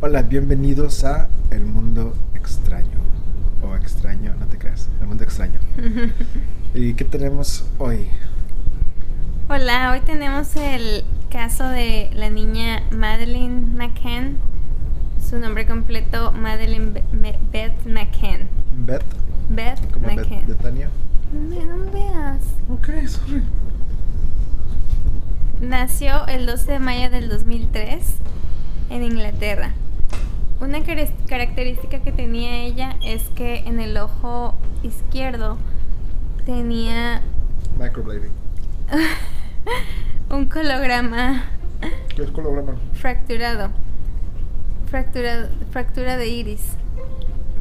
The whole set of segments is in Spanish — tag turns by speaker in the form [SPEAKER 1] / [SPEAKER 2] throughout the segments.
[SPEAKER 1] Hola, bienvenidos a El Mundo Extraño. O extraño, no te creas. El Mundo Extraño. ¿Y qué tenemos hoy?
[SPEAKER 2] Hola, hoy tenemos el caso de la niña Madeleine McCann. Su nombre completo, Madeleine Be- Me- Beth McCann.
[SPEAKER 1] Beth,
[SPEAKER 2] Beth
[SPEAKER 1] como Beth
[SPEAKER 2] McCann.
[SPEAKER 1] de Tania.
[SPEAKER 2] No, me, no me veas.
[SPEAKER 1] ¿Cómo crees?
[SPEAKER 2] Nació el 12 de mayo del 2003 en Inglaterra. Una cares- característica que tenía ella es que en el ojo izquierdo tenía
[SPEAKER 1] Microblading.
[SPEAKER 2] un colograma
[SPEAKER 1] ¿Qué es colograma?
[SPEAKER 2] fracturado. Fractura, fractura de iris.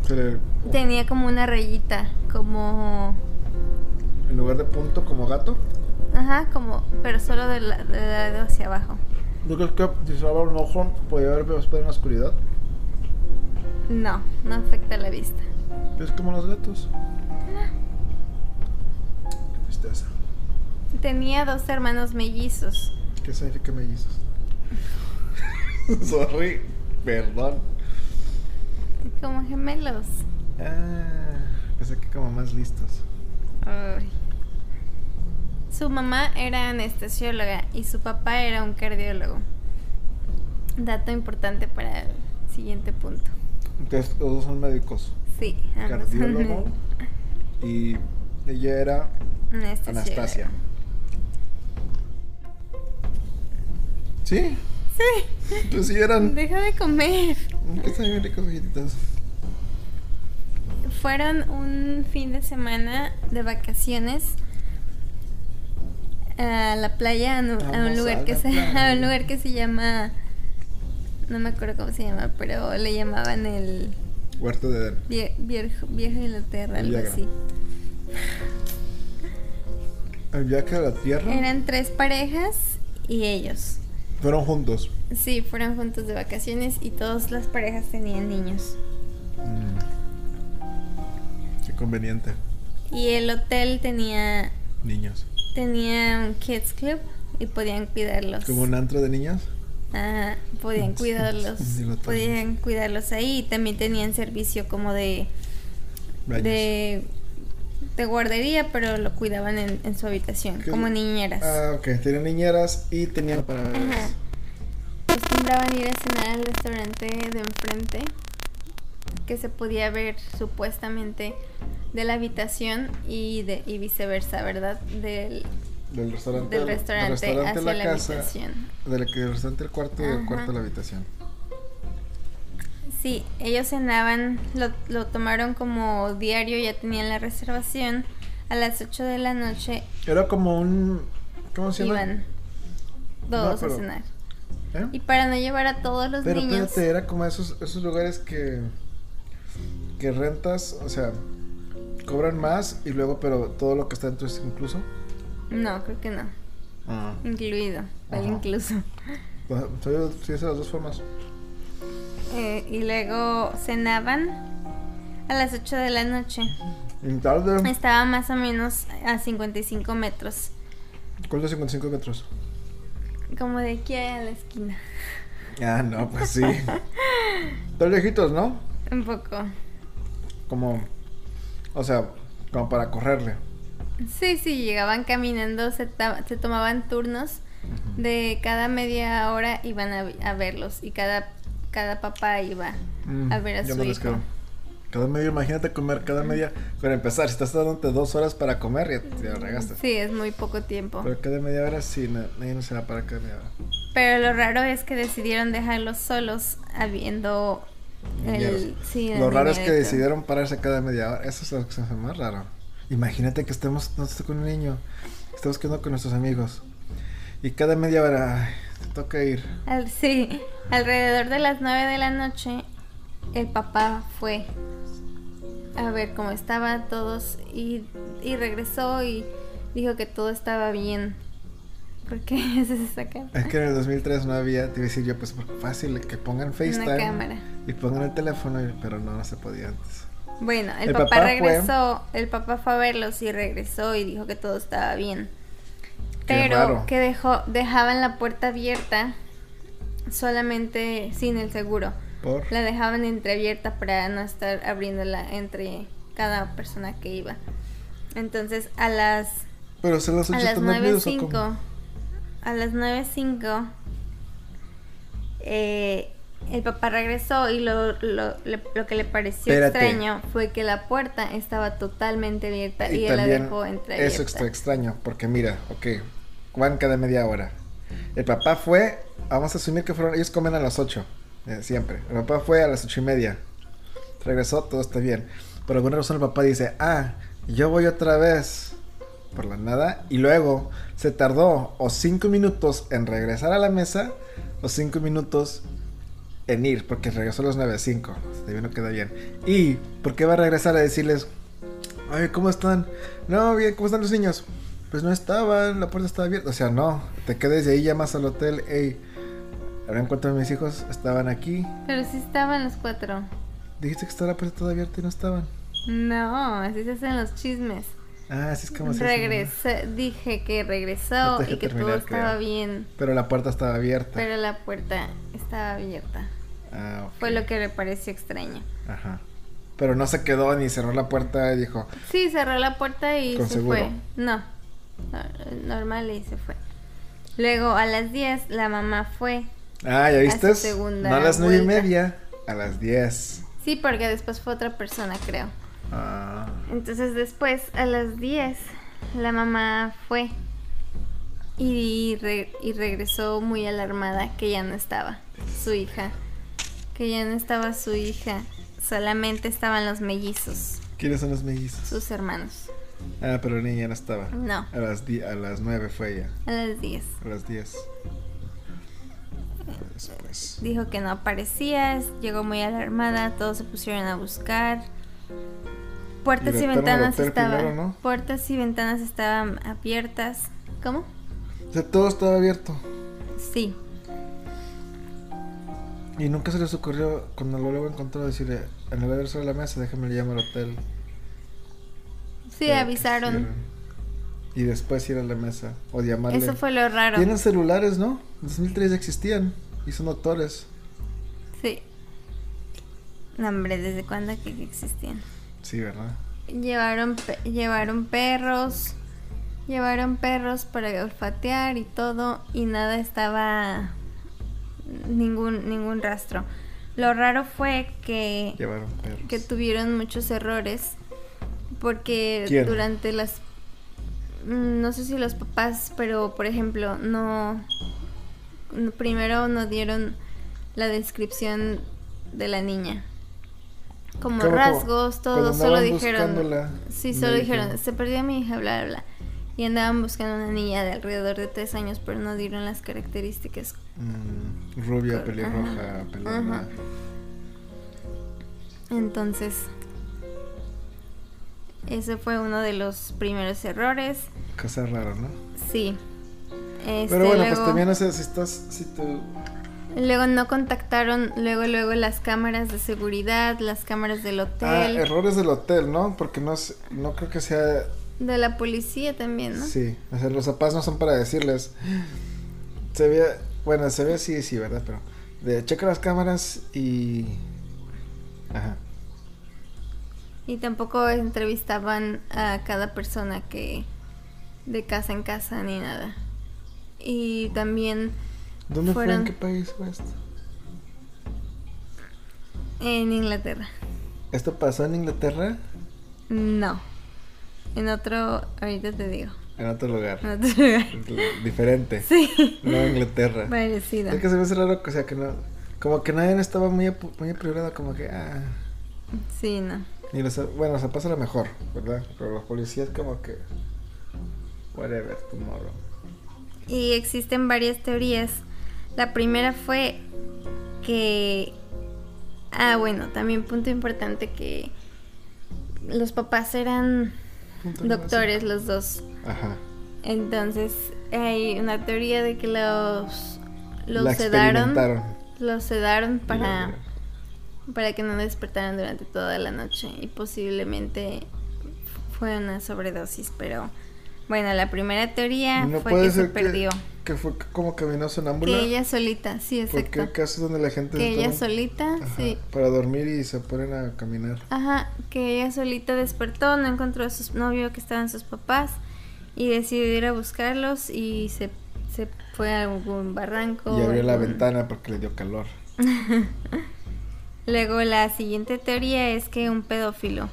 [SPEAKER 1] Se le-
[SPEAKER 2] Tenía como una rayita, como...
[SPEAKER 1] En lugar de punto como gato,
[SPEAKER 2] Ajá, como... Pero solo del la- del lado hacia abajo.
[SPEAKER 1] ¿no crees que si se abra un ojo podría haber más en la oscuridad?
[SPEAKER 2] No, no afecta la vista.
[SPEAKER 1] Es como los gatos. Qué tristeza.
[SPEAKER 2] Tenía dos hermanos mellizos.
[SPEAKER 1] ¿Qué significa mellizos? Sorry, perdón.
[SPEAKER 2] Como gemelos.
[SPEAKER 1] Ah, pensé que como más listos.
[SPEAKER 2] Ay. Su mamá era anestesióloga y su papá era un cardiólogo. Dato importante para el siguiente punto.
[SPEAKER 1] Entonces, los dos son médicos.
[SPEAKER 2] Sí, ambos Ah, son
[SPEAKER 1] Cardiólogo. Y ella era
[SPEAKER 2] anestesióloga.
[SPEAKER 1] Anastasia. ¿Sí?
[SPEAKER 2] Sí,
[SPEAKER 1] Pues sí eran.
[SPEAKER 2] deja de comer.
[SPEAKER 1] ¿Qué saben ricas galletitas?
[SPEAKER 2] Fueron un fin de semana de vacaciones a la playa, a, nu- a
[SPEAKER 1] Vamos
[SPEAKER 2] un lugar
[SPEAKER 1] a
[SPEAKER 2] que
[SPEAKER 1] la
[SPEAKER 2] se a
[SPEAKER 1] playa.
[SPEAKER 2] un lugar que se llama no me acuerdo cómo se llama, pero le llamaban el
[SPEAKER 1] Huerto de Edén.
[SPEAKER 2] vie- viejo, viejo Inglaterra, algo
[SPEAKER 1] Villagra.
[SPEAKER 2] así.
[SPEAKER 1] El viaje a la tierra.
[SPEAKER 2] Eran tres parejas y ellos.
[SPEAKER 1] Fueron juntos.
[SPEAKER 2] Sí, fueron juntos de vacaciones y todas las parejas tenían niños.
[SPEAKER 1] Mm. Qué conveniente.
[SPEAKER 2] Y el hotel tenía
[SPEAKER 1] Niños.
[SPEAKER 2] tenía un kids club y podían cuidarlos.
[SPEAKER 1] Como un antro de niños.
[SPEAKER 2] Ah, podían cuidarlos.
[SPEAKER 1] Digo, todo.
[SPEAKER 2] podían cuidarlos ahí. También tenían servicio como de
[SPEAKER 1] Baños.
[SPEAKER 2] de, de guardería, pero lo cuidaban en, en su habitación,
[SPEAKER 1] ¿Qué?
[SPEAKER 2] como niñeras.
[SPEAKER 1] Ah, ok. Tenían niñeras y tenían para bebés.
[SPEAKER 2] Ajá. Acostumbraban ir a cenar al restaurante de enfrente, que se podía ver supuestamente de la habitación y de y viceversa, ¿verdad? Del,
[SPEAKER 1] Del restaurante.
[SPEAKER 2] del
[SPEAKER 1] al-
[SPEAKER 2] restaurante,
[SPEAKER 1] restaurante a
[SPEAKER 2] hacia la,
[SPEAKER 1] casa.
[SPEAKER 2] habitación.
[SPEAKER 1] Del que- del restaurante al cuarto y del
[SPEAKER 2] Ajá.
[SPEAKER 1] cuarto a la habitación.
[SPEAKER 2] Sí, ellos cenaban, lo, lo tomaron como diario, ya tenían la reservación. A las 8 de la noche
[SPEAKER 1] Era como un. ¿Cómo se llama?
[SPEAKER 2] iban
[SPEAKER 1] No,
[SPEAKER 2] todos
[SPEAKER 1] pero-
[SPEAKER 2] a cenar.
[SPEAKER 1] ¿Eh?
[SPEAKER 2] Y para no llevar a todos los
[SPEAKER 1] Pero
[SPEAKER 2] niños,
[SPEAKER 1] espérate, era como esos, esos lugares que, que rentas, o sea, cobran más y luego, pero todo lo que está dentro es incluso.
[SPEAKER 2] no, creo que no,
[SPEAKER 1] Ah.
[SPEAKER 2] incluido, vale,
[SPEAKER 1] Ajá.
[SPEAKER 2] incluso.
[SPEAKER 1] Bueno, soy- Sí, es de las dos formas.
[SPEAKER 2] Eh, y luego cenaban a las 8 de la noche.
[SPEAKER 1] Y tarde,
[SPEAKER 2] Estaba más o menos a 55 metros,
[SPEAKER 1] ¿cuánto 55 metros?
[SPEAKER 2] como de aquí a la esquina,
[SPEAKER 1] Ah, no, pues sí. Están lejitos, ¿no?
[SPEAKER 2] un poco.
[SPEAKER 1] Como, o sea, como para correrle.
[SPEAKER 2] Sí, sí, llegaban caminando, se, ta- se tomaban turnos. De cada media hora iban a, a verlos y cada, cada papá iba.
[SPEAKER 1] Mm,
[SPEAKER 2] A ver a
[SPEAKER 1] yo
[SPEAKER 2] su
[SPEAKER 1] no les
[SPEAKER 2] hijo.
[SPEAKER 1] creo. Cada media, imagínate comer cada media. Para empezar, si estás dándote dos horas para comer, ya te ya regaste.
[SPEAKER 2] Sí, es muy poco tiempo.
[SPEAKER 1] Pero cada media hora sí, na- nadie no se va para cada media hora.
[SPEAKER 2] Pero lo raro es que decidieron dejarlos solos habiendo el...
[SPEAKER 1] Niñeros.
[SPEAKER 2] sí, el
[SPEAKER 1] lo raro es que
[SPEAKER 2] niñerito.
[SPEAKER 1] decidieron pararse cada media hora. Eso es lo que se me hace más raro. Imagínate que estemos, no estoy con un niño, estamos quedando con nuestros amigos. Y cada media hora, ay, te toca ir.
[SPEAKER 2] Al- sí, alrededor de las 9 de la noche el papá fue a ver cómo estaban todos y, y regresó y dijo que todo estaba bien. Porque se sacan
[SPEAKER 1] Es que en el 2003 no había, te iba a decir yo, pues fácil, que pongan FaceTime.
[SPEAKER 2] una cámara.
[SPEAKER 1] Y pongan el teléfono, y- pero no, no se podía antes.
[SPEAKER 2] Bueno, el,
[SPEAKER 1] El
[SPEAKER 2] papá,
[SPEAKER 1] papá fue-
[SPEAKER 2] regresó, el papá fue a verlos y regresó y dijo que todo estaba bien.
[SPEAKER 1] Qué
[SPEAKER 2] Pero
[SPEAKER 1] raro.
[SPEAKER 2] que dejó, dejaban la puerta abierta solamente sin el seguro.
[SPEAKER 1] Por.
[SPEAKER 2] la dejaban entreabierta para no estar abriéndola entre cada persona que iba. Entonces a las
[SPEAKER 1] Pero son las
[SPEAKER 2] a
[SPEAKER 1] 8
[SPEAKER 2] las
[SPEAKER 1] están dormidos o
[SPEAKER 2] 9.05
[SPEAKER 1] cómo?
[SPEAKER 2] a las 9.05 eh, el papá regresó y lo, lo- le- lo que le pareció
[SPEAKER 1] Espérate.
[SPEAKER 2] extraño fue que la puerta estaba totalmente abierta y, él la
[SPEAKER 1] también
[SPEAKER 2] dejó entreabierta.
[SPEAKER 1] Eso está extraño, porque mira, ok, van cada media hora. El papá fue, vamos a asumir que fueron, ellos comen a las 8, eh, siempre. El papá fue a las ocho y media. Regresó, todo está bien. Por alguna razón el papá dice, ah, yo voy otra vez por la nada. Y luego se tardó o cinco minutos en regresar a la mesa o cinco minutos en ir, porque regresó a las 9.05. Si bien no queda bien. ¿Y por qué va a regresar a decirles, Ay, ¿cómo están? No, bien, ¿cómo están los niños? Pues no estaban, la puerta estaba abierta. O sea, no, te quedes y ahí llamas al hotel. Ey, ahora encuentro a mis hijos, estaban aquí.
[SPEAKER 2] Pero sí estaban los cuatro.
[SPEAKER 1] Dijiste que estaba la puerta toda abierta y no estaban.
[SPEAKER 2] No, así se hacen los chismes.
[SPEAKER 1] Ah, así es como se hace, ¿no?
[SPEAKER 2] Regresé, dije que
[SPEAKER 1] No
[SPEAKER 2] regresó
[SPEAKER 1] te dejé
[SPEAKER 2] y que todo
[SPEAKER 1] terminar,
[SPEAKER 2] estaba
[SPEAKER 1] creo. Ah.
[SPEAKER 2] bien,
[SPEAKER 1] Pero la puerta estaba abierta.
[SPEAKER 2] pero la puerta estaba abierta.
[SPEAKER 1] Ah, ok.
[SPEAKER 2] Fue lo que le pareció extraño.
[SPEAKER 1] Ajá. Pero no se quedó ni cerró la puerta y dijo,
[SPEAKER 2] Sí, cerró la puerta y
[SPEAKER 1] Con
[SPEAKER 2] se
[SPEAKER 1] seguro.
[SPEAKER 2] fue. No, no- normal y se fue. Luego a las 10 la mamá fue.
[SPEAKER 1] ah, ¿ya viste?
[SPEAKER 2] su segunda
[SPEAKER 1] No a las nueve y
[SPEAKER 2] vuelta.
[SPEAKER 1] media, a las diez.
[SPEAKER 2] Sí, porque después fue otra persona, creo.
[SPEAKER 1] Ah,
[SPEAKER 2] Entonces después, a las 10, la mamá fue y, re- y regresó muy alarmada que ya no estaba su hija. Que ya no estaba su hija. Solamente estaban los mellizos,
[SPEAKER 1] ¿quiénes son los mellizos?
[SPEAKER 2] sus hermanos.
[SPEAKER 1] Ah, pero la niña no estaba.
[SPEAKER 2] No,
[SPEAKER 1] A las, di- a las nueve fue ella.
[SPEAKER 2] a las 10.
[SPEAKER 1] A las 10. Después.
[SPEAKER 2] Dijo que no aparecías, llegó muy alarmada, todos se pusieron a buscar. Puertas
[SPEAKER 1] Y
[SPEAKER 2] y,
[SPEAKER 1] la entraron al
[SPEAKER 2] ventanas
[SPEAKER 1] hotel
[SPEAKER 2] estaban.
[SPEAKER 1] primero, ¿no?
[SPEAKER 2] Puertas y ventanas estaban abiertas. ¿Cómo?
[SPEAKER 1] O sea, todo estaba abierto.
[SPEAKER 2] Sí.
[SPEAKER 1] Y nunca se les ocurrió, cuando lo luego encontró, decirle, en el verso de la mesa, déjame le llamo al hotel.
[SPEAKER 2] Sí,
[SPEAKER 1] Pero que
[SPEAKER 2] avisaron.
[SPEAKER 1] cierren. Y después ir a la mesa. O llamarle.
[SPEAKER 2] Eso fue lo raro.
[SPEAKER 1] Tienen celulares, ¿no? En 2003 ya existían. Y son doctores.
[SPEAKER 2] Sí. No, hombre, ¿desde cuándo que que existían?
[SPEAKER 1] Sí, ¿verdad?
[SPEAKER 2] Llevaron, pe- llevaron perros, llevaron perros para olfatear y todo, y nada estaba, ningún, ningún rastro. Lo raro fue que,
[SPEAKER 1] Llevaron perros.
[SPEAKER 2] que tuvieron muchos errores, porque
[SPEAKER 1] ¿Quién?
[SPEAKER 2] durante las, mm, no sé si los papás, pero por ejemplo, no, no- primero no dieron la descripción de la niña. Como
[SPEAKER 1] ¿Cómo, cómo?
[SPEAKER 2] rasgos, todo,
[SPEAKER 1] Cuando
[SPEAKER 2] solo
[SPEAKER 1] andaban
[SPEAKER 2] dijeron...
[SPEAKER 1] buscándola,
[SPEAKER 2] Sí,
[SPEAKER 1] le
[SPEAKER 2] solo dijeron,
[SPEAKER 1] dijeron.
[SPEAKER 2] se perdió mi hija, bla, bla, bla. Y andaban buscando una niña de alrededor de tres años, pero no dieron las características.
[SPEAKER 1] Mm, rubia,
[SPEAKER 2] Ajá.
[SPEAKER 1] pelirroja, pelona.
[SPEAKER 2] Ajá. Entonces, ese fue uno de los primeros errores.
[SPEAKER 1] Cosa rara, ¿no?
[SPEAKER 2] Sí. Este,
[SPEAKER 1] Pero bueno, pues
[SPEAKER 2] luego-
[SPEAKER 1] también, o sea, si estás. Si tú.
[SPEAKER 2] Luego no contactaron, luego luego las cámaras de seguridad, las cámaras del
[SPEAKER 1] Ah,
[SPEAKER 2] hotel,
[SPEAKER 1] errores del hotel, ¿no? Porque no, es- no creo que sea.
[SPEAKER 2] de la policía también, ¿no?
[SPEAKER 1] Sí, o sea, los papás no son para decirles. Se ve. Bueno, se ve así, sí, ¿verdad? Pero. De checa las cámaras y. Ajá.
[SPEAKER 2] Y tampoco entrevistaban a cada persona que de casa en casa ni nada. Y también
[SPEAKER 1] ¿Dónde
[SPEAKER 2] Fueron.
[SPEAKER 1] fue? ¿En qué país fue esto?
[SPEAKER 2] en Inglaterra.
[SPEAKER 1] ¿Esto pasó en Inglaterra?
[SPEAKER 2] No. En otro, ahorita te digo.
[SPEAKER 1] En otro lugar.
[SPEAKER 2] En otro lugar.
[SPEAKER 1] Diferente.
[SPEAKER 2] Ah. Sí.
[SPEAKER 1] No en Inglaterra.
[SPEAKER 2] Parecido.
[SPEAKER 1] Es que se me hace raro, o sea, que no. Como que nadie estaba muy, apu- muy apurado, como que. Ah.
[SPEAKER 2] Sí, no.
[SPEAKER 1] Y los, bueno, se pasa lo mejor, ¿verdad? Pero los policías como que... Whatever, tomorrow.
[SPEAKER 2] Y existen varias teorías. La primera fue que... Ah, bueno, también punto importante que los papás eran doctores los dos.
[SPEAKER 1] Ajá.
[SPEAKER 2] Entonces hay una teoría de que los, los
[SPEAKER 1] La
[SPEAKER 2] sedaron.
[SPEAKER 1] experimentaron.
[SPEAKER 2] Los sedaron
[SPEAKER 1] Mira,
[SPEAKER 2] para,
[SPEAKER 1] mira.
[SPEAKER 2] para que no despertaran durante toda la noche. Y posiblemente fue una sobredosis, pero... Bueno, la primera teoría
[SPEAKER 1] No
[SPEAKER 2] Eh, fue
[SPEAKER 1] puede
[SPEAKER 2] que se
[SPEAKER 1] ser que,
[SPEAKER 2] perdió.
[SPEAKER 1] que fue como caminó sonámbula.
[SPEAKER 2] Que ella solita, sí,
[SPEAKER 1] Porque hay
[SPEAKER 2] exacto.
[SPEAKER 1] casos donde la gente...
[SPEAKER 2] Que
[SPEAKER 1] se
[SPEAKER 2] ella
[SPEAKER 1] toma-
[SPEAKER 2] solita,
[SPEAKER 1] Ajá,
[SPEAKER 2] sí.
[SPEAKER 1] Para dormir y se ponen a caminar.
[SPEAKER 2] Ajá, que ella solita despertó, no encontró a sus novio que estaban sus papás y decidió ir a buscarlos y se, se fue a algún barranco.
[SPEAKER 1] Y abrió la
[SPEAKER 2] algún-
[SPEAKER 1] ventana porque le dio calor.
[SPEAKER 2] Luego la siguiente teoría es que un pedófilo.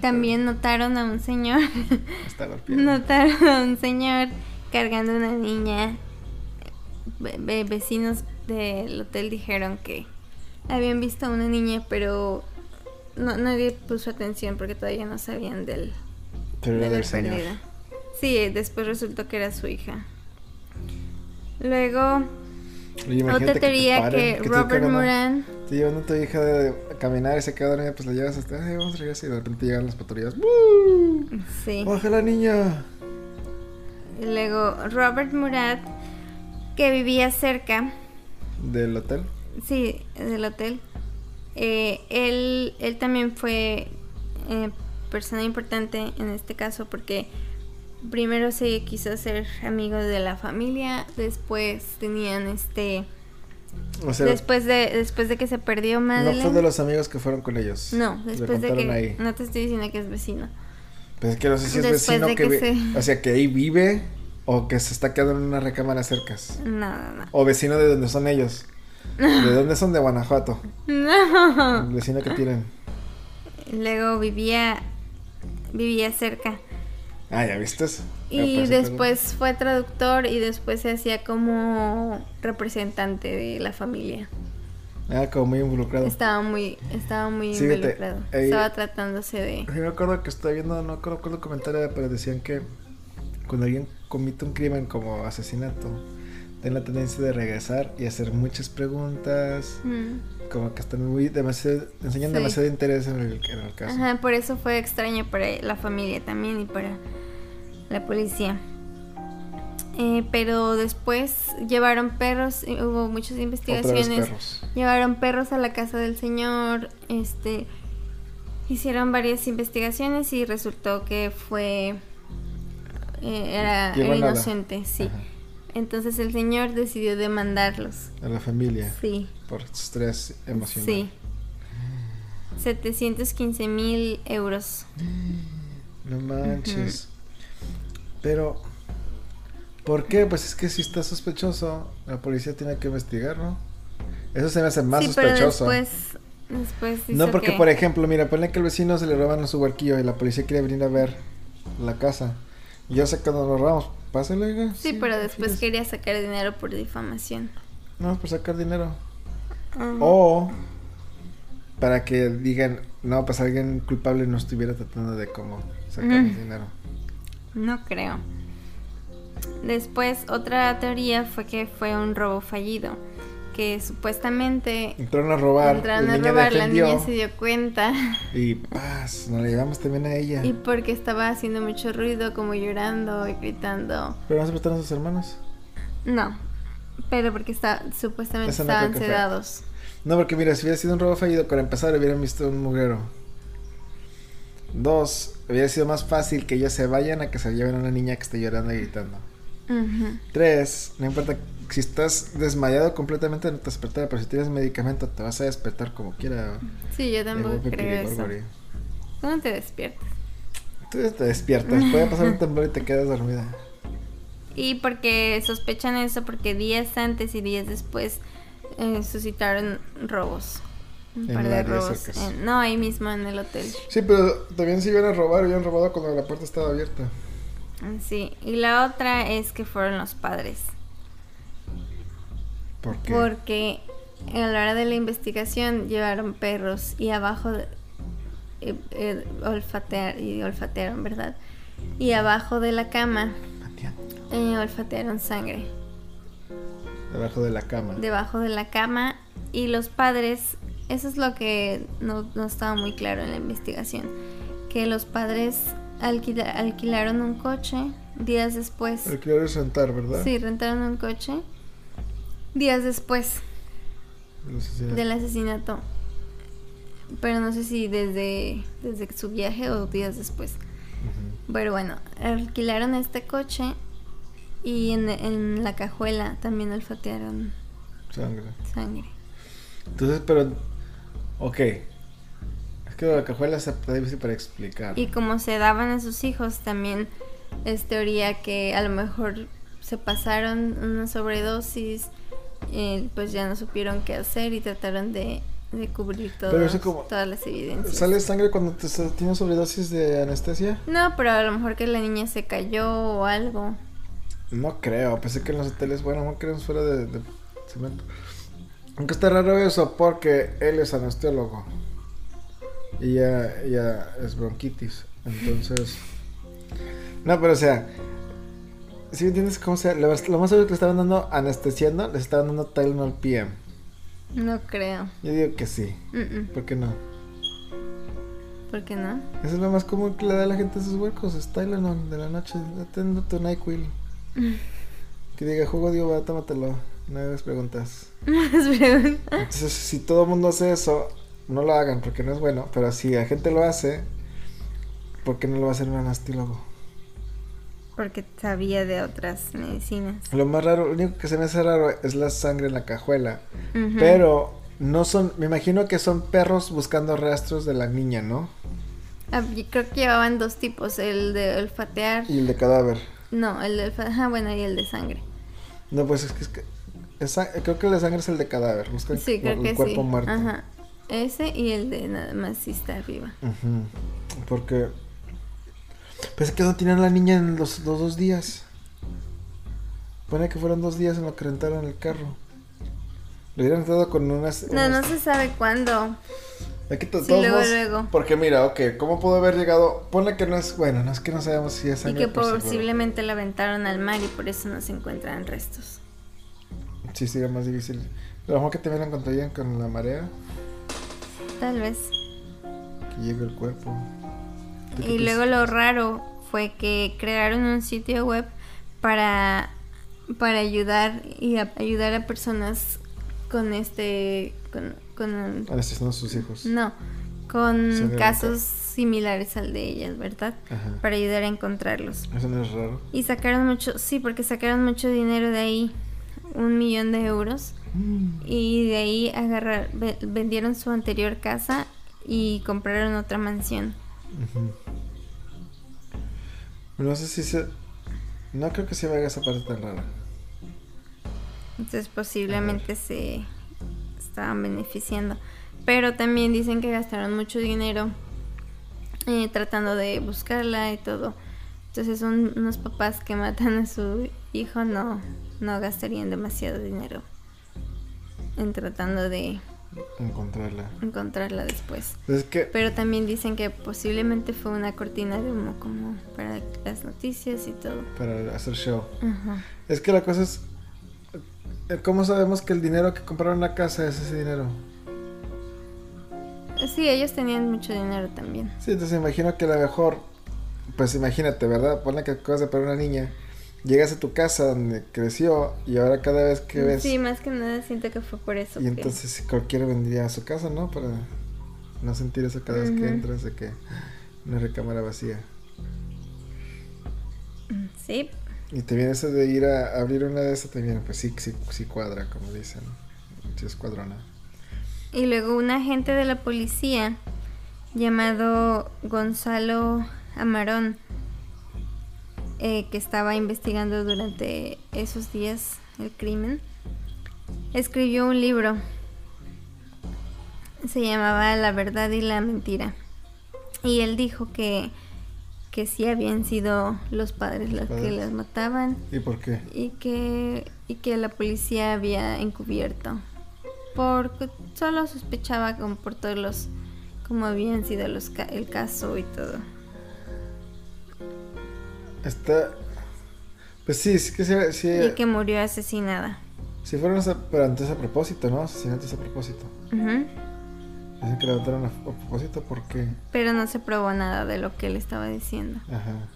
[SPEAKER 2] También notaron a un señor,
[SPEAKER 1] Está golpeado.
[SPEAKER 2] notaron a un señor cargando una niña. Ve- ve- vecinos del hotel dijeron que habían visto a una niña, pero no, nadie puso atención porque todavía no sabían del,
[SPEAKER 1] Teoría
[SPEAKER 2] de
[SPEAKER 1] del
[SPEAKER 2] la
[SPEAKER 1] señor.
[SPEAKER 2] pérdida. Sí, eh, después resultó que era su hija. Luego,
[SPEAKER 1] Oye, imagínate
[SPEAKER 2] otra
[SPEAKER 1] que te
[SPEAKER 2] teoría
[SPEAKER 1] paren,
[SPEAKER 2] que,
[SPEAKER 1] te
[SPEAKER 2] Robert
[SPEAKER 1] cargan a-
[SPEAKER 2] Moran...
[SPEAKER 1] Te llevan a tu hija de- a caminar y se queda dormida, pues la llevas hasta. Ay, vamos a regresar. Y de repente llegan las patrullas. ¡Bú!
[SPEAKER 2] Sí.
[SPEAKER 1] ¡Baja la niña!
[SPEAKER 2] Y Luego Robert Murat, que vivía cerca,
[SPEAKER 1] Del hotel.
[SPEAKER 2] sí, del hotel. Eh, él, él también fue eh, persona importante en este caso porque primero se quiso hacer amigo de la familia, después tenían este...
[SPEAKER 1] O sea,
[SPEAKER 2] después, de, después de que se perdió
[SPEAKER 1] no
[SPEAKER 2] Madeleine...
[SPEAKER 1] fue de los amigos que fueron con ellos.
[SPEAKER 2] No,
[SPEAKER 1] Le
[SPEAKER 2] después de
[SPEAKER 1] contaron
[SPEAKER 2] que...
[SPEAKER 1] ahí.
[SPEAKER 2] No te estoy diciendo que es vecino.
[SPEAKER 1] Pues es que no sé si es
[SPEAKER 2] Después
[SPEAKER 1] vecino
[SPEAKER 2] de
[SPEAKER 1] que,
[SPEAKER 2] que
[SPEAKER 1] vi-
[SPEAKER 2] se-
[SPEAKER 1] O sea, que ahí vive o que se está quedando en una recámara cercas.
[SPEAKER 2] No, no,
[SPEAKER 1] O vecino de donde son ellos. ¿De dónde son? De Guanajuato.
[SPEAKER 2] no. No.
[SPEAKER 1] El vecino que tienen.
[SPEAKER 2] Luego vivía vivía cerca
[SPEAKER 1] Ah, ¿ya viste? eso? Ah,
[SPEAKER 2] y
[SPEAKER 1] pues,
[SPEAKER 2] después fue traductor y después se hacía como representante de la familia.
[SPEAKER 1] Ah, como muy involucrado.
[SPEAKER 2] Estaba muy estaba muy
[SPEAKER 1] Síguete.
[SPEAKER 2] involucrado.
[SPEAKER 1] Ahí-
[SPEAKER 2] Estaba tratándose de
[SPEAKER 1] Yo me acuerdo que estaba viendo, no recuerdo cuál comentario era, pero decían que cuando alguien comete un crimen como asesinato, tiene la tendencia de regresar y hacer muchas preguntas,
[SPEAKER 2] Mm.
[SPEAKER 1] como que están muy demasiado, enseñan
[SPEAKER 2] Sí.
[SPEAKER 1] demasiado interés en el, en el caso.
[SPEAKER 2] Ajá, por eso fue extraño para la familia también y para la policía. Eh, pero después llevaron perros, y hubo muchas
[SPEAKER 1] Otra vez
[SPEAKER 2] investigaciones.
[SPEAKER 1] perros.
[SPEAKER 2] Llevaron perros a la casa del señor, este, hicieron varias investigaciones y resultó que fue eh, era,
[SPEAKER 1] Llevan
[SPEAKER 2] era
[SPEAKER 1] nada.
[SPEAKER 2] inocente, sí.
[SPEAKER 1] Ajá.
[SPEAKER 2] Entonces el señor decidió demandarlos.
[SPEAKER 1] A la familia
[SPEAKER 2] Sí.
[SPEAKER 1] por estrés emocional.
[SPEAKER 2] Sí. 715 mil euros.
[SPEAKER 1] No manches. Pero, ¿por qué? Pues es que si está sospechoso, la policía tiene que investigar, ¿no? Eso se me hace más
[SPEAKER 2] sí, pero
[SPEAKER 1] sospechoso.
[SPEAKER 2] después, después
[SPEAKER 1] No,
[SPEAKER 2] hizo
[SPEAKER 1] porque
[SPEAKER 2] que-
[SPEAKER 1] por ejemplo, mira, ponle que el vecino se le roban su barquillo y la policía quiere venir a ver la casa. Y yo sé que nos lo robamos. Pásale, oiga.
[SPEAKER 2] Sí, pero después
[SPEAKER 1] fíjese.
[SPEAKER 2] quería sacar dinero por difamación.
[SPEAKER 1] No, por sacar dinero.
[SPEAKER 2] Ah.
[SPEAKER 1] O para que digan, no, pues alguien culpable no estuviera tratando de cómo sacar el
[SPEAKER 2] Mm.
[SPEAKER 1] dinero.
[SPEAKER 2] No creo. Después, otra teoría fue que fue un robo fallido. Que supuestamente
[SPEAKER 1] Entraron a robar.
[SPEAKER 2] entraron a
[SPEAKER 1] el niño
[SPEAKER 2] robar,
[SPEAKER 1] defendió,
[SPEAKER 2] la niña se dio cuenta.
[SPEAKER 1] Y paz, nos la llevamos también a ella.
[SPEAKER 2] Y porque estaba haciendo mucho ruido, como llorando y gritando.
[SPEAKER 1] Pero no se prestaron a sus hermanos.
[SPEAKER 2] No, pero porque está, supuestamente
[SPEAKER 1] Eso no creo
[SPEAKER 2] estaban
[SPEAKER 1] que fue.
[SPEAKER 2] sedados.
[SPEAKER 1] No, porque mira, si hubiera sido un robo fallido, para empezar hubieran visto un mugrero. Dos, hubiera sido más fácil que ellos se vayan a que se lleven a una niña que esté llorando y gritando.
[SPEAKER 2] Ujú.
[SPEAKER 1] Tres, no importa si estás desmayado completamente no te despertará, pero si tienes medicamento te vas a despertar como quiera.
[SPEAKER 2] Sí, yo tampoco
[SPEAKER 1] Evoca
[SPEAKER 2] creo
[SPEAKER 1] Piri
[SPEAKER 2] eso.
[SPEAKER 1] Gorgori.
[SPEAKER 2] ¿Cómo te despiertas?
[SPEAKER 1] Tú ya te despiertas, puede pasar un temblor y te quedas dormida.
[SPEAKER 2] Y porque sospechan eso, porque días antes y días después eh, suscitaron robos. Un
[SPEAKER 1] En
[SPEAKER 2] par de
[SPEAKER 1] varias
[SPEAKER 2] robos.
[SPEAKER 1] cercas.
[SPEAKER 2] en- no, ahí mismo en el hotel.
[SPEAKER 1] Sí, pero también si iban a robar, hubieran robado cuando la puerta estaba abierta.
[SPEAKER 2] Sí. Y la otra es que fueron los padres.
[SPEAKER 1] ¿Por qué?
[SPEAKER 2] Porque a la hora de la investigación llevaron perros y abajo de- eh, eh, olfatear, y olfatearon, ¿verdad? Y abajo de la cama
[SPEAKER 1] Matías,
[SPEAKER 2] eh, olfatearon sangre.
[SPEAKER 1] Debajo de la cama.
[SPEAKER 2] debajo de la cama y los padres, eso es lo que no, no estaba muy claro en la investigación, que los padres alquila- alquilaron un coche días después.
[SPEAKER 1] El claro es sentar, ¿verdad?
[SPEAKER 2] Sí, rentaron un coche días después
[SPEAKER 1] No sé si era-
[SPEAKER 2] del asesinato. Pero no sé si desde, desde su viaje o días después.
[SPEAKER 1] Ujú.
[SPEAKER 2] Pero bueno, alquilaron este coche Y en, en la cajuela también olfatearon
[SPEAKER 1] Sangre.
[SPEAKER 2] sangre.
[SPEAKER 1] Entonces, pero. Ok. Es que la cajuela se está difícil para explicar.
[SPEAKER 2] Y como se daban a sus hijos, también es teoría que a lo mejor se pasaron una sobredosis, eh, pues ya no supieron qué hacer y trataron de, de cubrir
[SPEAKER 1] Pero eso
[SPEAKER 2] todos-
[SPEAKER 1] como-
[SPEAKER 2] todas las evidencias.
[SPEAKER 1] ¿Sale sangre cuando te, tienes sobredosis de anestesia?
[SPEAKER 2] No, pero a lo mejor que la niña se cayó o algo.
[SPEAKER 1] No creo, pensé que en los hoteles, bueno, no creo fuera de, de cemento. Aunque está raro eso porque él es anesteólogo. Y ya, ya es bronquitis. Entonces. No, pero o sea. Si entiendes cómo sea, lo, lo más seguro es que le estaban dando anestesiando, les estaban dando Tylenol PM.
[SPEAKER 2] No creo.
[SPEAKER 1] Yo digo que sí.
[SPEAKER 2] Mm, mm.
[SPEAKER 1] ¿Por qué no?
[SPEAKER 2] ¿Por qué no?
[SPEAKER 1] Eso es lo más común que le da a la gente a sus huecos, es Tylenol de la noche, atendo tu NyQuil. que diga, jugo de uva, tómatelo, no hagas preguntas.
[SPEAKER 2] Las preguntas.
[SPEAKER 1] Entonces, si todo el mundo hace eso, no lo hagan porque no es bueno, pero si la gente lo hace, ¿por qué no lo va a hacer un anastílogo?
[SPEAKER 2] Porque sabía de otras medicinas.
[SPEAKER 1] Lo más raro, lo único que se me hace raro es la sangre en la cajuela,
[SPEAKER 2] Ujú.
[SPEAKER 1] pero no son, me imagino que son perros buscando rastros de la niña, ¿no?
[SPEAKER 2] Ah, yo creo que llevaban dos tipos, el de olfatear.
[SPEAKER 1] Y el de cadáver.
[SPEAKER 2] No, el de olfatear. Ajá, bueno, y el de sangre.
[SPEAKER 1] No, pues es que, es que- es sa- creo que la sangre es el de cadáver, buscan
[SPEAKER 2] Sí, creo
[SPEAKER 1] el
[SPEAKER 2] que
[SPEAKER 1] cuerpo
[SPEAKER 2] sí.
[SPEAKER 1] muerto.
[SPEAKER 2] Ajá. Ese y el de nada más si está viva.
[SPEAKER 1] Ujú, Porque pensé que no tenían la niña en los, los dos días. Pone que fueron dos días en lo que rentaron el carro. Le hubieran entrado con unas.
[SPEAKER 2] No, no
[SPEAKER 1] unos-
[SPEAKER 2] se sabe cuándo.
[SPEAKER 1] Aquí to-
[SPEAKER 2] sí,
[SPEAKER 1] todos
[SPEAKER 2] luego,
[SPEAKER 1] modos-
[SPEAKER 2] luego.
[SPEAKER 1] Porque mira, ok, ¿cómo pudo haber llegado? Ponle que no es. Bueno, no es que no sabemos si es
[SPEAKER 2] Y
[SPEAKER 1] sangre
[SPEAKER 2] que
[SPEAKER 1] por seguro.
[SPEAKER 2] posiblemente la aventaron al mar y por eso no se encuentran restos.
[SPEAKER 1] Sí, sería más difícil. A lo mejor que también la encontrarían con la marea,
[SPEAKER 2] Tal vez.
[SPEAKER 1] que llega el cuerpo. ¿Tú qué
[SPEAKER 2] Y luego
[SPEAKER 1] piensas?
[SPEAKER 2] lo raro fue que crearon un sitio web para, para ayudar y a- ayudar a personas con este con, con-
[SPEAKER 1] Anestesiando a sus hijos.
[SPEAKER 2] no,
[SPEAKER 1] Sangre
[SPEAKER 2] con
[SPEAKER 1] local.
[SPEAKER 2] casos similares al de ellas, ¿verdad?
[SPEAKER 1] Ajá.
[SPEAKER 2] Para ayudar a encontrarlos.
[SPEAKER 1] Eso no es raro.
[SPEAKER 2] Y sacaron mucho, sí, porque sacaron mucho dinero de ahí, un millón de euros. Y de ahí agarrar, ve- vendieron su anterior casa y compraron otra mansión.
[SPEAKER 1] Ujú. No sé si se... No creo que se vea esa parte tan rara.
[SPEAKER 2] Entonces posiblemente se estaban beneficiando. Pero también dicen que gastaron mucho dinero eh, tratando de buscarla y todo. Entonces son unos papás que matan a su hijo no, no gastarían demasiado dinero en tratando de
[SPEAKER 1] Encontrarla.
[SPEAKER 2] encontrarla después.
[SPEAKER 1] Es que...
[SPEAKER 2] Pero también dicen que posiblemente fue una cortina de humo como para las noticias y todo.
[SPEAKER 1] Para hacer show.
[SPEAKER 2] Ajá.
[SPEAKER 1] Es que la cosa es... eh, ¿Cómo sabemos que el dinero que compraron la casa es ese dinero?
[SPEAKER 2] Sí, ellos tenían mucho dinero también.
[SPEAKER 1] Sí, entonces imagino que a lo mejor... Pues imagínate, ¿verdad? Ponle que acabas de perder una niña. Llegas a tu casa donde creció y ahora cada vez que ves...
[SPEAKER 2] Sí, más que nada siento que fue por eso.
[SPEAKER 1] Y
[SPEAKER 2] que-
[SPEAKER 1] entonces cualquiera vendría a su casa, ¿no? Para no sentir eso cada vez que
[SPEAKER 2] Ujú.
[SPEAKER 1] entras de que una recámara vacía.
[SPEAKER 2] Mm, Sí,
[SPEAKER 1] Y te viene eso de ir a abrir una de esas, te viene, pues sí, sí, sí cuadra, como dicen. Sí es cuadrona.
[SPEAKER 2] y luego un agente de la policía llamado Gonzalo Amarón, eh, que estaba investigando durante esos días el crimen, escribió un libro. Se llamaba La verdad y la mentira. Y él dijo que, que sí habían sido los padres los que
[SPEAKER 1] Padres.
[SPEAKER 2] las mataban.
[SPEAKER 1] ¿Y por qué?
[SPEAKER 2] y que, y que la policía había encubierto. Porque solo sospechaba como por todos los. como habían sido los ca- el caso y todo.
[SPEAKER 1] Está. Pues sí, sí que sí. sí-
[SPEAKER 2] Y que murió asesinada.
[SPEAKER 1] sí fueron esa- pero entonces a propósito, ¿no? Asesinatos a propósito.
[SPEAKER 2] Ujú.
[SPEAKER 1] Dicen que levantaron a, a propósito porque.
[SPEAKER 2] Pero no se probó nada de lo que él estaba diciendo.
[SPEAKER 1] Ajá.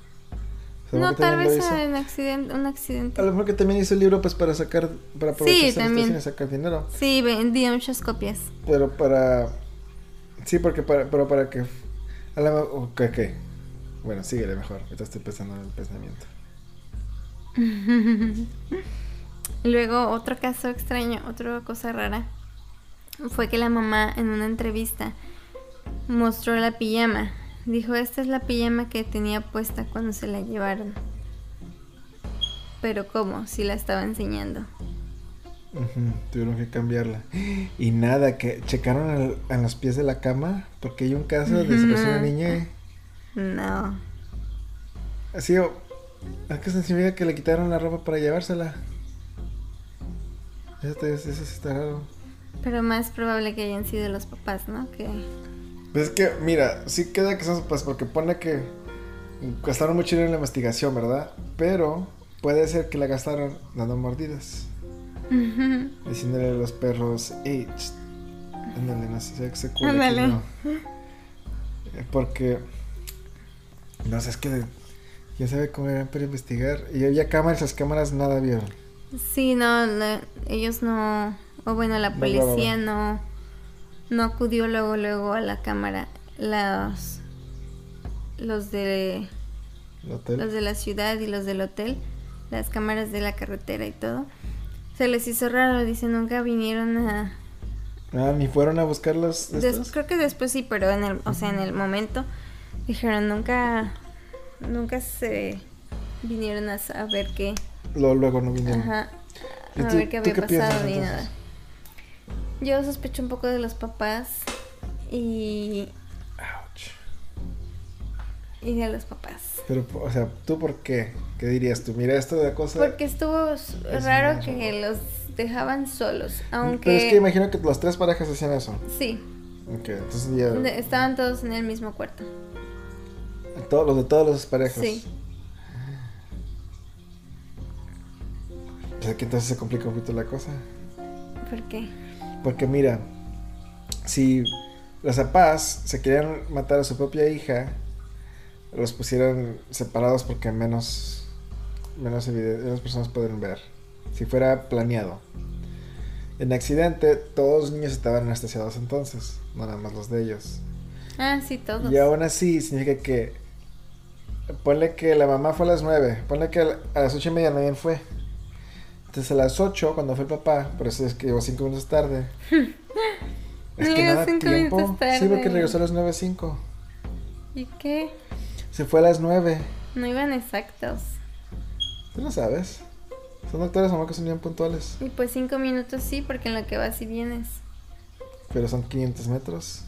[SPEAKER 1] ¿Seguro
[SPEAKER 2] No,
[SPEAKER 1] que
[SPEAKER 2] tal
[SPEAKER 1] también lo
[SPEAKER 2] vez
[SPEAKER 1] hizo?
[SPEAKER 2] un accidente. Un accidente.
[SPEAKER 1] A lo mejor que también hizo el libro, pues para sacar. Para aprovechar esa
[SPEAKER 2] también.
[SPEAKER 1] situación y sacar dinero.
[SPEAKER 2] Sí, vendía muchas copias.
[SPEAKER 1] Pero para. Sí, porque para, pero para que. A la... ok, ok. Bueno, síguele mejor. Ahorita estoy pensando en el pensamiento.
[SPEAKER 2] Luego, otro caso extraño, otra cosa rara, fue que la mamá en una entrevista mostró la pijama. Dijo, esta es la pijama que tenía puesta cuando se la llevaron. Pero ¿cómo? Si la estaba enseñando.
[SPEAKER 1] Ujú, Tuvieron que cambiarla. Y nada, que checaron al- a los pies de la cama porque hay un caso de desaparición de una niña. eh.
[SPEAKER 2] No.
[SPEAKER 1] Así, o- es que significa que le quitaron la ropa para llevársela. Eso, te- eso sí está raro.
[SPEAKER 2] Pero más probable que hayan sido los papás, ¿no? Que...
[SPEAKER 1] Pues es que, mira, sí queda que son pues porque pone que gastaron mucho dinero en la investigación, ¿verdad? Pero puede ser que la gastaron dando mordidas. Diciéndole a los perros, hey, ch, ándale, no sé, se- se cubre,
[SPEAKER 2] Ándale.
[SPEAKER 1] no". Eh, Porque, no sé, es que ya sabe cómo eran para investigar. Y había cámaras, las cámaras nada vieron.
[SPEAKER 2] Sí, no, no, ellos no... O bueno, la
[SPEAKER 1] No
[SPEAKER 2] policía no, no acudió luego, luego a la cámara. Los, los
[SPEAKER 1] ¿Eh?
[SPEAKER 2] de
[SPEAKER 1] El hotel.
[SPEAKER 2] los de la ciudad y los del hotel, las cámaras de la carretera y todo. Se les hizo raro, dice, nunca vinieron a...
[SPEAKER 1] Ah, ni fueron a buscarlos.
[SPEAKER 2] Des- creo que después sí, pero en el, o sea, en el momento dijeron, nunca, nunca se vinieron a saber qué,
[SPEAKER 1] luego no vinieron.
[SPEAKER 2] ajá,
[SPEAKER 1] ¿Y
[SPEAKER 2] a
[SPEAKER 1] tú-
[SPEAKER 2] ver qué
[SPEAKER 1] tú
[SPEAKER 2] había
[SPEAKER 1] qué piensas,
[SPEAKER 2] pasado ni
[SPEAKER 1] entonces?
[SPEAKER 2] nada. Yo sospecho un poco de los papás y,
[SPEAKER 1] Ouch.
[SPEAKER 2] y de los papás.
[SPEAKER 1] Pero, o sea, ¿tú por qué? ¿Qué dirías tú? Mira, esto de cosa...
[SPEAKER 2] Porque estuvo s-
[SPEAKER 1] es
[SPEAKER 2] raro
[SPEAKER 1] muy
[SPEAKER 2] que los dejaban solos, aunque...
[SPEAKER 1] Pero es que imagino que las tres parejas hacían eso.
[SPEAKER 2] Sí,
[SPEAKER 1] Ok, entonces ya...
[SPEAKER 2] De- Estaban todos en el mismo cuarto.
[SPEAKER 1] Todos los de todas las parejas.
[SPEAKER 2] Sí.
[SPEAKER 1] Pues aquí entonces se complica un poquito la cosa.
[SPEAKER 2] ¿Por qué?
[SPEAKER 1] Porque mira, si los papás se querían matar a su propia hija, los pusieran separados porque menos, menos, evide- menos personas pueden ver. Si fuera planeado. En accidente, todos los niños estaban anestesiados entonces, no nada más los de ellos.
[SPEAKER 2] Ah, sí, todos.
[SPEAKER 1] Y aún así, significa que. Ponle que la mamá fue a las 9, ponle que a las ocho y media nadie fue. Entonces a las 8, cuando fue el papá, por eso es que llegó 5 minutos tarde. es que
[SPEAKER 2] Llegó
[SPEAKER 1] no da
[SPEAKER 2] cinco
[SPEAKER 1] tiempo.
[SPEAKER 2] minutos tarde.
[SPEAKER 1] Sí, porque regresó a las 9.05.
[SPEAKER 2] ¿Y qué?
[SPEAKER 1] Se fue a las 9.
[SPEAKER 2] No iban exactos.
[SPEAKER 1] Tú no sabes. Son doctores mamá que son bien puntuales.
[SPEAKER 2] Y pues cinco minutos sí, porque en lo que vas y vienes.
[SPEAKER 1] Pero son 500 metros.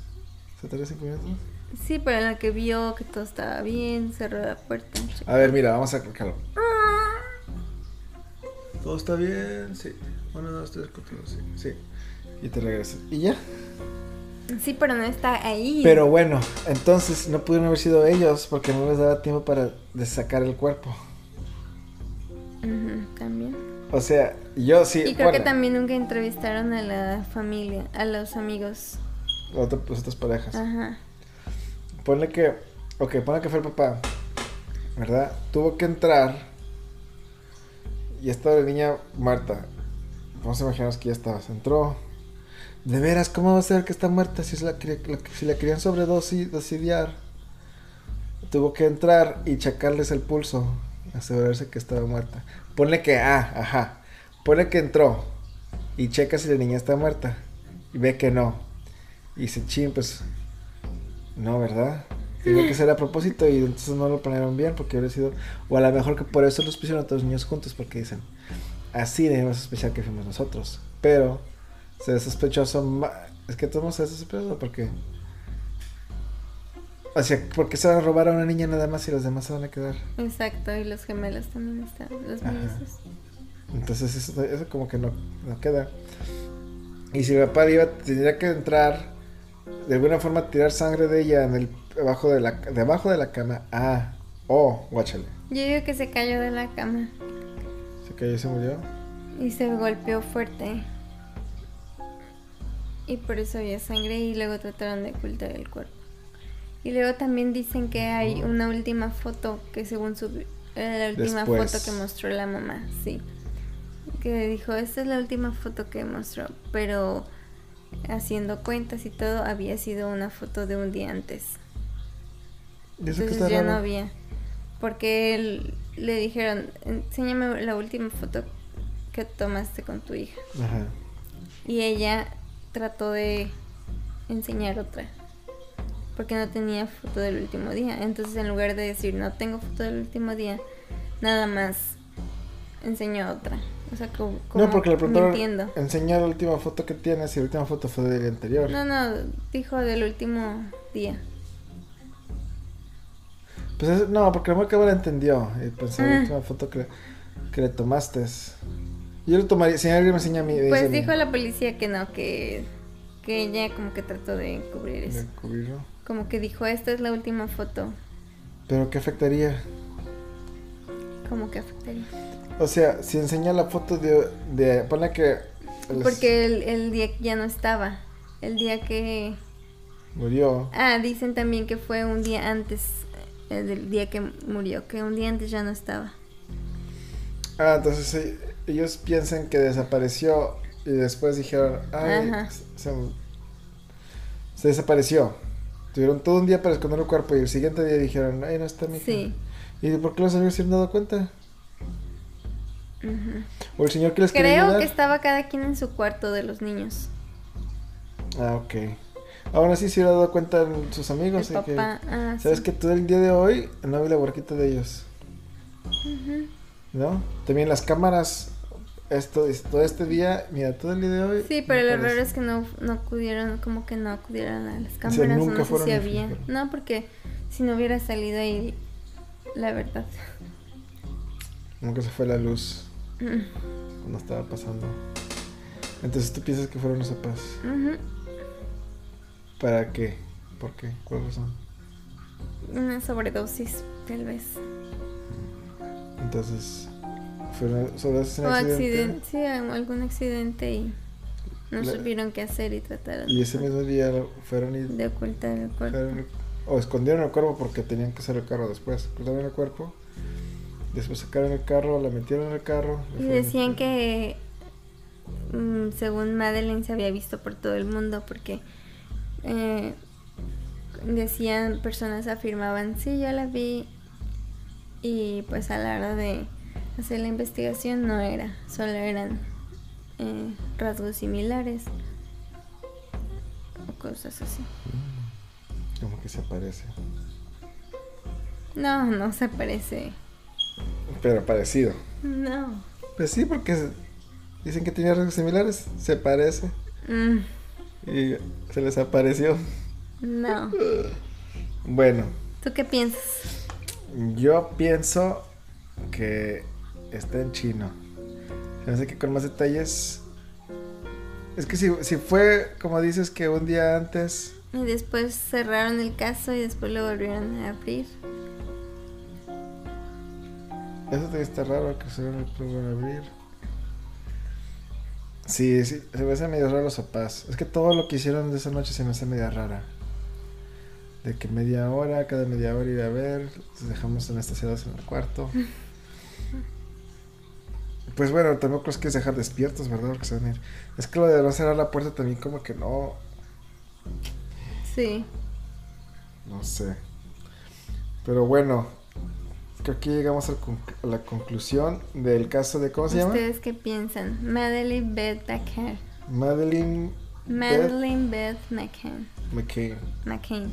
[SPEAKER 1] ¿Se tarda 5 minutos?
[SPEAKER 2] Sí, pero en lo que vio que todo estaba bien, cerró la puerta. no sé.
[SPEAKER 1] A ver, mira, vamos a colocarlo. Ah. Todo está bien, sí. 1, 2, 3, 4, sí. Sí. Y te regresas. Y ya.
[SPEAKER 2] Sí, pero no está ahí.
[SPEAKER 1] Pero bueno, entonces no pudieron haber sido ellos porque no les daba tiempo para sacar el cuerpo.
[SPEAKER 2] Ujú, también.
[SPEAKER 1] O sea, yo sí.
[SPEAKER 2] Y creo que
[SPEAKER 1] bueno,
[SPEAKER 2] también nunca entrevistaron a la familia, a los amigos.
[SPEAKER 1] otro- pues, otras parejas.
[SPEAKER 2] Ajá.
[SPEAKER 1] Ponle que. Ok, ponle que fue el papá. ¿Verdad? Tuvo que entrar. Y estaba la niña muerta. Vamos a imaginarnos que ya estaba. se Entró. De veras, ¿cómo va a ser que está muerta si, es la, cri- la- si la querían sobredosidiar? Tuvo que entrar y checarles el pulso. Asegurarse que estaba muerta. Ponle que. Ah, ajá. Ponle que entró. Y checa si la niña está muerta. Y ve que no. Y se chin, pues no, ¿verdad? Tiene que ser a propósito y entonces no lo planearon bien porque hubiera sido... O a lo mejor que por eso los pusieron a todos los niños juntos porque dicen... Así debemos sospechar que fuimos nosotros. Pero se ve sospechoso... ma- Es que todo se ve sospechoso porque... O sea, porque se va a robar a una niña nada más y los demás se van a quedar.
[SPEAKER 2] Exacto, y los gemelos también estaban. Los
[SPEAKER 1] Ajá.
[SPEAKER 2] mellizos.
[SPEAKER 1] Entonces eso, eso como que no, no queda. Y si el papá iba, tendría que entrar, de alguna forma tirar sangre de ella en el abajo de la, debajo de la cama. Ah, oh, guáchale.
[SPEAKER 2] Yo digo que se cayó de la cama
[SPEAKER 1] Se cayó y se murió.
[SPEAKER 2] y se golpeó fuerte. Y por eso había sangre y luego trataron de ocultar el cuerpo. Y luego también dicen que hay una última foto que según su... era La última
[SPEAKER 1] Después.
[SPEAKER 2] foto que mostró la mamá, sí. Que dijo, esta es la última foto que mostró, pero haciendo cuentas y todo, había sido una foto de un día antes.
[SPEAKER 1] Y eso que
[SPEAKER 2] Entonces
[SPEAKER 1] está
[SPEAKER 2] ya no
[SPEAKER 1] raro.
[SPEAKER 2] había. Porque él- le dijeron, enséñame la última foto que tomaste con tu hija.
[SPEAKER 1] Ajá.
[SPEAKER 2] Y ella trató de enseñar otra. Porque no tenía foto del último día. Entonces en lugar de decir no tengo foto del último día, nada más enseñó otra. O sea, como...
[SPEAKER 1] No, porque le preguntaron.
[SPEAKER 2] mintiendo.
[SPEAKER 1] Enseñar la última foto que tienes y la última foto fue del anterior.
[SPEAKER 2] No, no, dijo del último día.
[SPEAKER 1] Pues es- no, porque la mujer la entendió. Y pensó en la
[SPEAKER 2] Ah.
[SPEAKER 1] última foto que, que le tomaste. Yo lo tomaría. Si alguien me enseña a mí.
[SPEAKER 2] Pues
[SPEAKER 1] dice
[SPEAKER 2] dijo
[SPEAKER 1] mi-
[SPEAKER 2] la policía que no, que, que ella como que trató de encubrir
[SPEAKER 1] de
[SPEAKER 2] eso.
[SPEAKER 1] cubrirlo.
[SPEAKER 2] Como que dijo, esta es la última foto.
[SPEAKER 1] Pero ¿qué afectaría?
[SPEAKER 2] Como que afectaría.
[SPEAKER 1] O sea, si enseña la foto de. de ponle que. les-
[SPEAKER 2] Porque el, el día que ya no estaba. El día que...
[SPEAKER 1] Murió.
[SPEAKER 2] Ah, dicen también que fue un día antes eh, del día que murió, que un día antes ya no estaba.
[SPEAKER 1] Ah, entonces e- ellos piensan que desapareció y después dijeron, ay,
[SPEAKER 2] Ajá.
[SPEAKER 1] se, se desapareció. Tuvieron todo un día para esconder el cuerpo y el siguiente día dijeron, ay, no está mi hija".
[SPEAKER 2] Sí.
[SPEAKER 1] ¿Y por qué los amigos se han dado cuenta?
[SPEAKER 2] ujú.
[SPEAKER 1] ¿O el señor que les quería
[SPEAKER 2] Creo
[SPEAKER 1] ayudar?
[SPEAKER 2] que estaba cada quien en su cuarto de los niños.
[SPEAKER 1] Ah, ok. Aún así se hubiera dado cuenta en sus
[SPEAKER 2] El
[SPEAKER 1] amigos. de que-
[SPEAKER 2] papá. ah,
[SPEAKER 1] ¿Sabes
[SPEAKER 2] sí.
[SPEAKER 1] que todo el día de hoy no vi la huerquita de ellos?
[SPEAKER 2] Ujú.
[SPEAKER 1] ¿No? También las cámaras. Esto, es- todo este día, mira, todo el día de hoy.
[SPEAKER 2] Sí, pero
[SPEAKER 1] no
[SPEAKER 2] el error
[SPEAKER 1] aparece.
[SPEAKER 2] es que no, no acudieron, como que no acudieron a las
[SPEAKER 1] sea,
[SPEAKER 2] cámaras, o
[SPEAKER 1] nunca
[SPEAKER 2] no sé
[SPEAKER 1] fueron
[SPEAKER 2] si
[SPEAKER 1] y
[SPEAKER 2] había.
[SPEAKER 1] fueron.
[SPEAKER 2] No, porque si no hubiera salido ahí, la verdad.
[SPEAKER 1] Como que se fue la luz.
[SPEAKER 2] Mm,
[SPEAKER 1] no estaba pasando. Entonces tú piensas que fueron los papás.
[SPEAKER 2] ujú.
[SPEAKER 1] ¿Para qué? ¿Por qué? ¿Cuál razón?
[SPEAKER 2] Una sobredosis, tal vez.
[SPEAKER 1] Entonces, fue una sobredosis en
[SPEAKER 2] o
[SPEAKER 1] accidente.
[SPEAKER 2] accidente, sí, algún accidente y no
[SPEAKER 1] La-
[SPEAKER 2] supieron qué hacer y trataron
[SPEAKER 1] Y ese mismo día fueron y.
[SPEAKER 2] de ocultar el cuerpo.
[SPEAKER 1] fueron- o escondieron el cuerpo porque tenían que hacer el carro después. Escondieron el cuerpo. Después sacaron el carro, la metieron en el carro. la
[SPEAKER 2] Y
[SPEAKER 1] fueron-
[SPEAKER 2] decían que, mm, según Madeleine, se había visto por todo el mundo porque eh, decían, personas afirmaban, sí, yo la vi. Y pues a la hora de hacer la investigación no era, solo eran eh, rasgos similares o cosas así.
[SPEAKER 1] Como que se aparece.
[SPEAKER 2] No, no se parece.
[SPEAKER 1] Pero parecido.
[SPEAKER 2] No.
[SPEAKER 1] Pues sí, porque se- dicen que tenía rasgos similares. Se parece.
[SPEAKER 2] Mm,
[SPEAKER 1] Y se les apareció.
[SPEAKER 2] no.
[SPEAKER 1] Bueno,
[SPEAKER 2] ¿Tú qué piensas?
[SPEAKER 1] Yo pienso que está en chino. Se me hace que con más detalles. Es que si, si fue, como dices, que un día antes.
[SPEAKER 2] Y después cerraron el caso y después lo volvieron a abrir.
[SPEAKER 1] Eso debe estar raro que se lo pudo abrir. Sí, sí, se me hace medio raro los papás. Es que todo lo que hicieron de esa noche se me hace media rara. De que media hora, cada media hora ir a ver, los dejamos anestesiados en el cuarto. Pues bueno, tampoco los quieres dejar despiertos, ¿verdad? Porque se van a ir. Es que lo de no cerrar la puerta también como que no,
[SPEAKER 2] Sí.
[SPEAKER 1] no sé. Pero bueno, creo que llegamos al conc- a la conclusión del caso de, ¿cómo se llama?
[SPEAKER 2] ¿Ustedes qué piensan? Madeleine Beth McCann.
[SPEAKER 1] Madeline
[SPEAKER 2] Madeleine Beth McCann.
[SPEAKER 1] McCain.
[SPEAKER 2] McCann.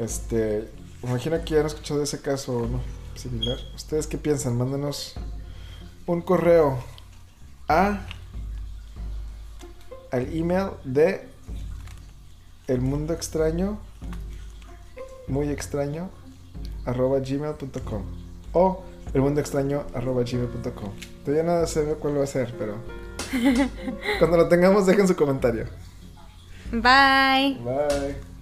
[SPEAKER 1] Este, imagino que ya han escuchado de ese caso ¿no? similar. ¿Ustedes qué piensan? Mándenos un correo a al email de el mundo extraño muy extraño arroba gmail.com o el mundo extraño arroba gmail.com todavía no se ve cuál va a ser pero cuando lo tengamos dejen su comentario
[SPEAKER 2] Bye.
[SPEAKER 1] bye